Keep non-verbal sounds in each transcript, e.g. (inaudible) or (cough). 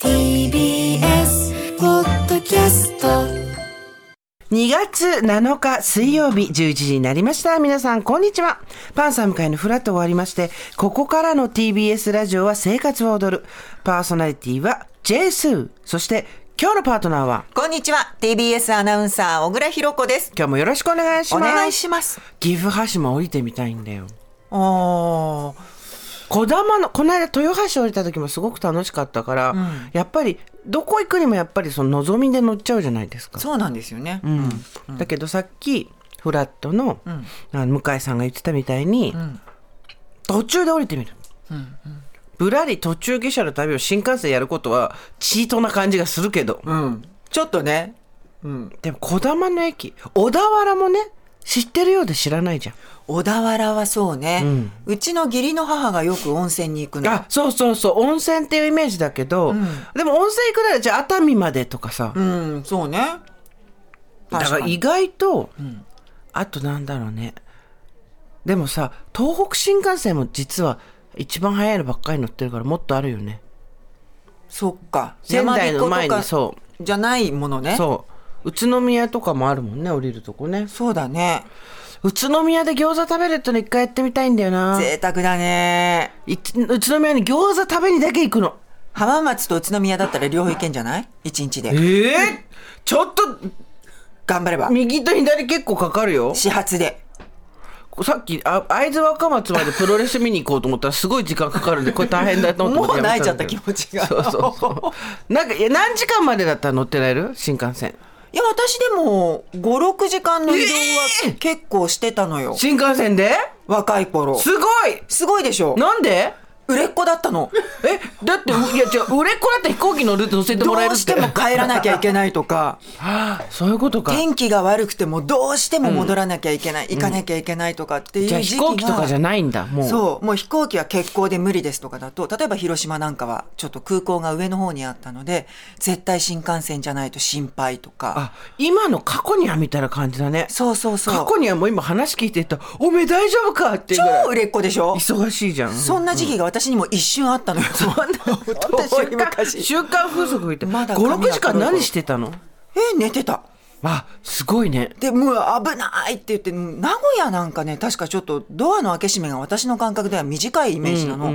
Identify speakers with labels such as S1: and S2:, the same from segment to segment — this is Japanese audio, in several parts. S1: TBS ポッドキャスト
S2: 2月7日水曜日11時になりました。皆さん、こんにちは。パンサー向かいのフラット終わりまして、ここからの TBS ラジオは生活を踊る。パーソナリティは J スー。そして、今日のパートナーは、
S3: こんにちは TBS アナウンサー小倉弘子です
S2: 今日もよろしくお願いし
S3: お
S2: ます。
S3: 願いします
S2: 岐阜羽島降りてみたいんだよ。
S3: おー
S2: 小玉の、この間豊橋降りた時もすごく楽しかったから、やっぱり、どこ行くにもやっぱりその望みで乗っちゃうじゃないですか。
S3: そうなんですよね、
S2: だけどさっきフラットの,、あの向井さんが言ってたみたいに、途中で降りてみる、ぶらり途中下車の旅を新幹線でやることはチートな感じがするけど、
S3: ちょっとね
S2: でも小玉の駅小田原もね知ってるようで知らないじゃん、
S3: 小田原はそうね、うちの義理の母がよく温泉に行くの
S2: あそうそうそう温泉っていうイメージだけど、でも温泉行くならじゃあ熱海までとかさ、
S3: うんそうね
S2: だ
S3: 確
S2: か
S3: からに
S2: 意外と、あとなんだろうねでもさ東北新幹線も実は一番早いのばっかり乗ってるからもっとあるよね
S3: そっか
S2: 仙台の前に
S3: 山彦と
S2: そ
S3: かじゃないものねそう
S2: そう宇都宮とかもあるもんね降りるとこね
S3: だね
S2: 宇都宮で餃子食べるっての一回やってみたいんだよな
S3: 贅沢だね
S2: いつ宇都宮に餃子食べにだけ行くの
S3: 浜松と宇都宮だったら両方行けんじゃない一日で
S2: ええちょっと
S3: 頑張れば
S2: 右と左結構かかるよ
S3: 始発で
S2: さっきあ会津若松までプロレス見に行こうと思ったらすごい時間かかるんでこれ大変だと思って
S3: もう
S2: や
S3: 泣
S2: め
S3: いちゃっ
S2: んだ
S3: た
S2: け
S3: 気
S2: ど
S3: 持ちが
S2: そうそうそう。なんか、いや、何時間までだったら乗ってられる新幹線。
S3: いや、私でも、5、6時間の移動は結構してたのよ。
S2: 新幹線で
S3: 若い頃。
S2: すごい
S3: すごいでしょ
S2: なんで
S3: 売れっ子だったの。
S2: え、だって、ういや、違う、売れっ子だって飛行機乗るって乗せて
S3: ど
S2: もらえ
S3: う
S2: るっ。
S3: してても帰らなきゃいけないと
S2: (laughs)
S3: か、
S2: そういうことか。
S3: 天気が悪くてもどうしても戻らなきゃいけない、行かなきゃいけないとかっていう
S2: じゃあ
S3: 時
S2: 飛
S3: 期が。
S2: 行機とかじゃないんだ、もう。
S3: そう、もう飛行機は欠航で無理ですとかだと、例えば広島なんかはちょっと空港が上の方にあったので、絶対新幹線じゃないと心配とか。
S2: あ、今の過去にはみたいな感じだね。
S3: そうそうそう。
S2: 過去にはもう今話聞いてた、おめえ大丈夫かっていうぐらい
S3: 超売れっ子でしょ
S2: 忙しいじゃん。
S3: そんな時期が私にも一瞬あったのよ。そん (laughs)
S2: 週
S3: 遠い
S2: 間
S3: 昔。
S2: 週間風速見て、
S3: まだ
S2: 5、6
S3: 髪が
S2: 時間何してたの
S3: え、寝てた。
S2: あ、すごいね。
S3: で、もう危ないって言って、名古屋なんかね、確かちょっとドアの開け閉めが私の感覚では短いイメージなの。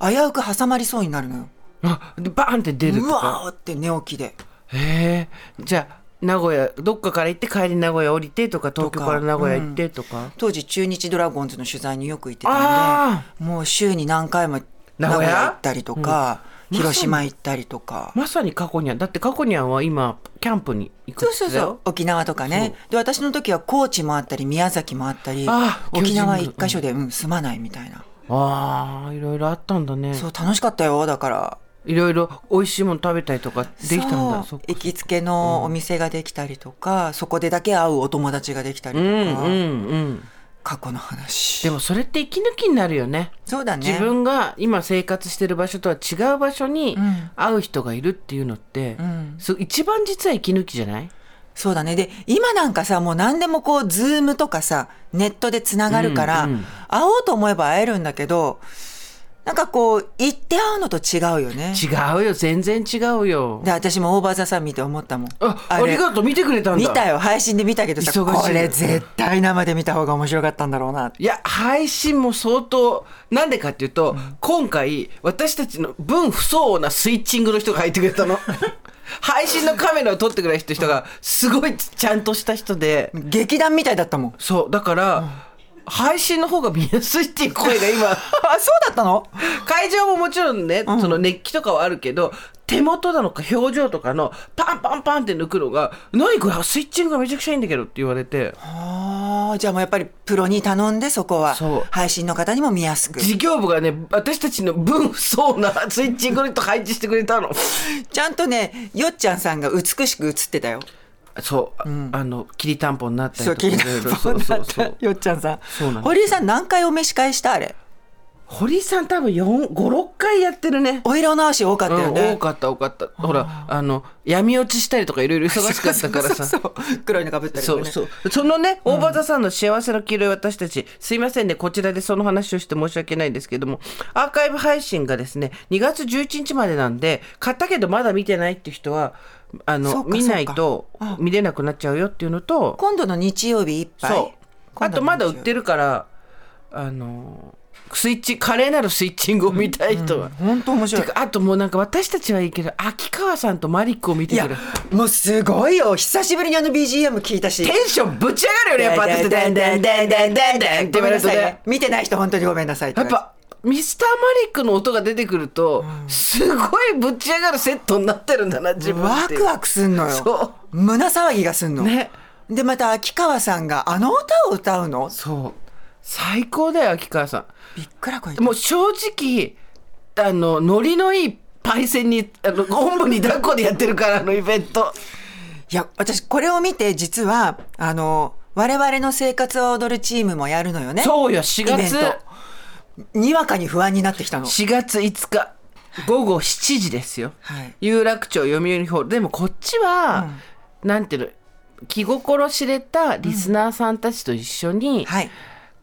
S3: 危うく挟まりそうになるのよ。
S2: あ、でバーンって出ると
S3: う
S2: か。
S3: わーって寝起きで。
S2: へえじゃあ名古屋どっかから行って帰り名古屋降りてとか東京から名古屋行ってとか
S3: 当時中日ドラゴンズの取材によく行ってたん
S2: あ
S3: で、もう週に何回も名
S2: 名古
S3: 古
S2: 屋
S3: 屋行ったりとか、広島行ったりとか。
S2: まさに過去にゃんだって過去にゃんは今キャンプに行く
S3: そ
S2: っ
S3: う
S2: つ
S3: そ
S2: っ
S3: う
S2: てたよ
S3: そう沖縄とかねで私の時は高知もあったり宮崎もあったり
S2: あー
S3: 沖縄
S2: 巨人
S3: 一
S2: 軍
S3: 箇所で、うん、住まないみたいな、
S2: ああいろいろあったんだね
S3: そう楽しかったよだから
S2: いろいろ美味しいもの食べたりとかできたんだ
S3: そ
S2: そうっか
S3: 行きつけのお店ができたりとか、そこでだけ会うお友達ができたりとか、
S2: うんうん
S3: 過去の話
S2: でもそれって息抜きになるよね
S3: そうだね
S2: 自分が今生活してる場所とは違う場所に会う人がいるっていうのって、そう一番実は息抜きじゃない
S3: そうだねで今なんかさもう何でもこうズームとかさネットでつながるから、会おうと思えば会えるんだけどなんかこう行って会うのと違うよね
S2: 違うよ全然違うよ
S3: で私もオーバーザさん見て思ったもん
S2: あありがとう見てくれたんだ
S3: 見たよ配信で見たけどさ
S2: 忙しい
S3: これ絶対生で見た方が面白かったんだろうない
S2: や、配信も相当、なんでかっていうと、今回、私たちの分不相応なスイッチングの人が入ってくれたの。配信のカメラを撮ってくれた人が、すごいちゃんとした人で、
S3: 劇団みたいだったもん
S2: そう、だから、配信の方が見やすいっ
S3: (laughs)
S2: ていう声が今、
S3: あそうだったの
S2: 会場ももちろんね、その熱気とかはあるけど、手元だのか表情とかのパンパンパンって抜くのが「何これスイッチングがめちゃくちゃいいんだけど」って言われて
S3: ああ、じゃあもうやっぱりプロに頼んでそこは
S2: そう、
S3: 配信の方にも見やすく。
S2: 事業部がね私たちの分不相なスイッチングと配置してくれたの。
S3: ちゃんとね、よっちゃんさんが美しく映ってたよ。
S2: そう、あのきりたんぽになったり
S3: そう、
S2: と
S3: 気
S2: か
S3: にな
S2: 色々
S3: っ
S2: そ
S3: た
S2: うそうそ
S3: そううよっちゃんさん。
S2: そうなの
S3: 堀井さん何回お召し替えしたあれ。
S2: 堀井さん多分56回やってるね
S3: お色直し多かったよね。
S2: うん多かった多かったほらあの闇落ちしたりとかいろいろ忙しかったからさ
S3: そうそうそう黒いのかぶったりと
S2: そ
S3: か
S2: う
S3: ね。
S2: そう。そのね、大場さんの幸せの黄色い私たち、すいませんね、こちらでその話をして申し訳ないんですけども、アーカイブ配信がですね、2月11日までなんで、買ったけどまだ見てないって人は、あ
S3: そう
S2: の、
S3: か
S2: 見ないと
S3: そうかあ
S2: 見れなくなっちゃうよっていうのと、
S3: 今度の日曜日いっぱい。
S2: そう。あとまだ売って
S3: る。
S2: るから、あの、スイッチ、華麗なるスイッチングを見たい人は。
S3: 本当面白い
S2: て。かあともうなんか私たちはいいけど秋川さんとマリックを見
S3: い
S2: て
S3: や
S2: くれ
S3: もうすごいよ久しぶりにあの BGM 聞いたし
S2: テンションぶち上がるよねやっぱ私
S3: でんでんでんでんでんでんって
S2: ご
S3: 言わ
S2: めんな
S3: れて
S2: さい
S3: ね
S2: ね
S3: 見てない人本当にごめんなさい
S2: やっぱミスターマリックの音が出てくると、すごいぶち上がるセットになってるんだな自分
S3: ワ
S2: って
S3: クワクすんのよ
S2: そ
S3: 胸騒ぎがすんの
S2: ね
S3: でまた秋川さんがあの歌を歌うの
S2: そう最高だよ秋川さ
S3: びっくらこい
S2: んもう正直あのノリのいいパイセンにあのおんぶに抱っこでやってるからあのイベント
S3: いや私これを見て実はあの我々の生活を踊るチームもやるのよね
S2: そうよ4
S3: イベン
S2: 月
S3: トにわかに不安になってきたの
S2: 4月5日午後7時ですよ、
S3: はい
S2: 有楽町読売ホールでもこっちは、なんていうの気心知れたリスナーさんたちと一緒に、
S3: はい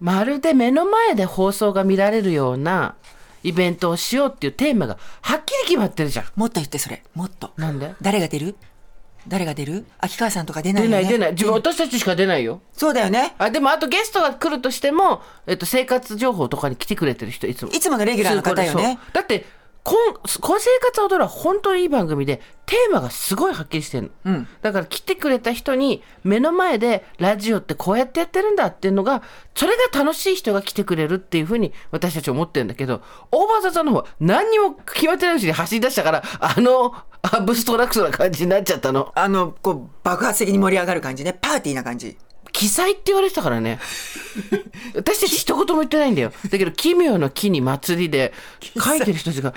S2: まるで目の前で放送が見られるようなイベントをしようっていうテーマがはっきり決まってるじゃん。
S3: もっと言ってそれもっと
S2: なんで
S3: 誰が出る誰が出る秋川さんとか出ない
S2: 出
S3: よ、ね、
S2: ない出ない。自分私たちしか出ないよ。
S3: そうだよね
S2: あでもあとゲストが来るとしても、えっと、生活情報とかに来てくれてる人いつも。
S3: いつものレギュラーの方よね
S2: そうだってこんこの生活を踊るは本当にいい番組でテーマがすごいはっきりしてるの、だから来てくれた人に目の前でラジオってこうやってやってるんだっていうのがそれが楽しい人が来てくれるっていうふうに私たち思ってるんだけど大場さんの方は何にも決まってないうちに走り出したからあのアブストラクトな感じになっちゃったの
S3: あのこう爆発的に盛り上がる感じねパーティーな感じ
S2: 記載って言われてたからね私たち一言も言ってないんだよだけど奇妙の木に祭りで書いてる人たちが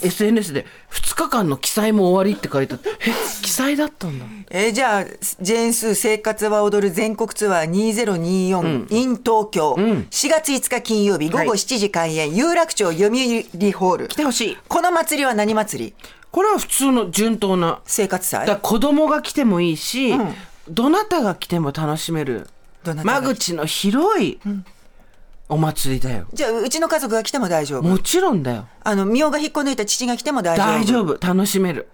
S2: SNS で2日間の記載も終わりって書いてあってえ記載だったんだ
S3: えーじゃあジェーンスー生活は踊る全国ツアー2024 in 東京、4月5日金曜日午後7時開演、有楽町読売ホール
S2: 来てほしい
S3: この祭りは何祭り
S2: これは普通の順当な
S3: 生活
S2: だから
S3: 祭
S2: 子供が来てもいいし、どなたが来ても楽しめる
S3: どなたが
S2: 間口の広いお祭りだよ
S3: じゃあうちの家族が来ても大丈夫
S2: もちろんだよ
S3: あのみおが引っこ抜いた父が来ても大丈夫
S2: 大丈夫楽しめる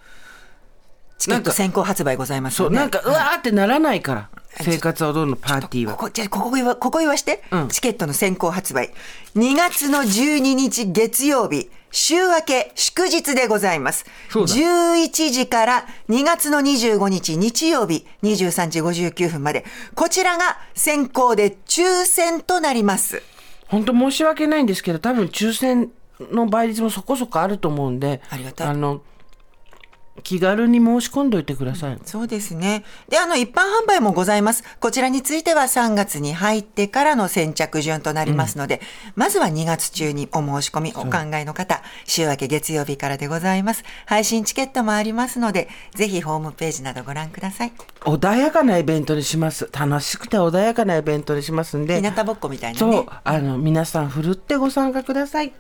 S3: チケット先行発売ございます
S2: そ
S3: の
S2: う、
S3: で
S2: なんかうわーってならないから
S3: い
S2: 生活踊るのパーティーは
S3: ここじゃあここ言わここ言わして、
S2: うん
S3: チケットの先行発売2月の12日月曜日週明け祝日でございます
S2: そうだ
S3: 11時から2月の25日日曜日23時59分までこちらが先行で抽選となります
S2: 本当申し訳ないんですけど多分抽選の倍率もそこそこあると思うんで
S3: ありがたい
S2: の気軽に申し込んでおいてください、
S3: そうですね。で、あの、一般販売もございます。こちらについては3月に入ってからの先着順となりますので、まずは2月中にお申し込み、お考えの方、週明け月曜日からでございます。配信チケットもありますので、ぜひホームページなどご覧ください。
S2: 穏やかなイベントにします楽しくて穏やかなイベントにしますんで
S3: 日向ぼっこみたいなね。
S2: そうあの皆さんふるってご参加ください